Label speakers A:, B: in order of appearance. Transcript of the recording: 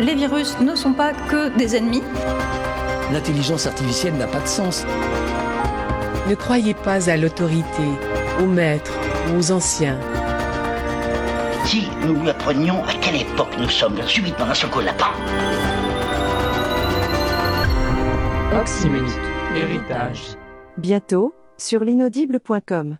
A: Les virus ne sont pas que des ennemis.
B: L'intelligence artificielle n'a pas de sens.
C: Ne croyez pas à l'autorité, aux maîtres, aux anciens.
D: Si nous lui apprenions à quelle époque nous sommes, subitement d'un seul coup, lapin.
E: Oxymute, héritage. Bientôt, sur l'inaudible.com.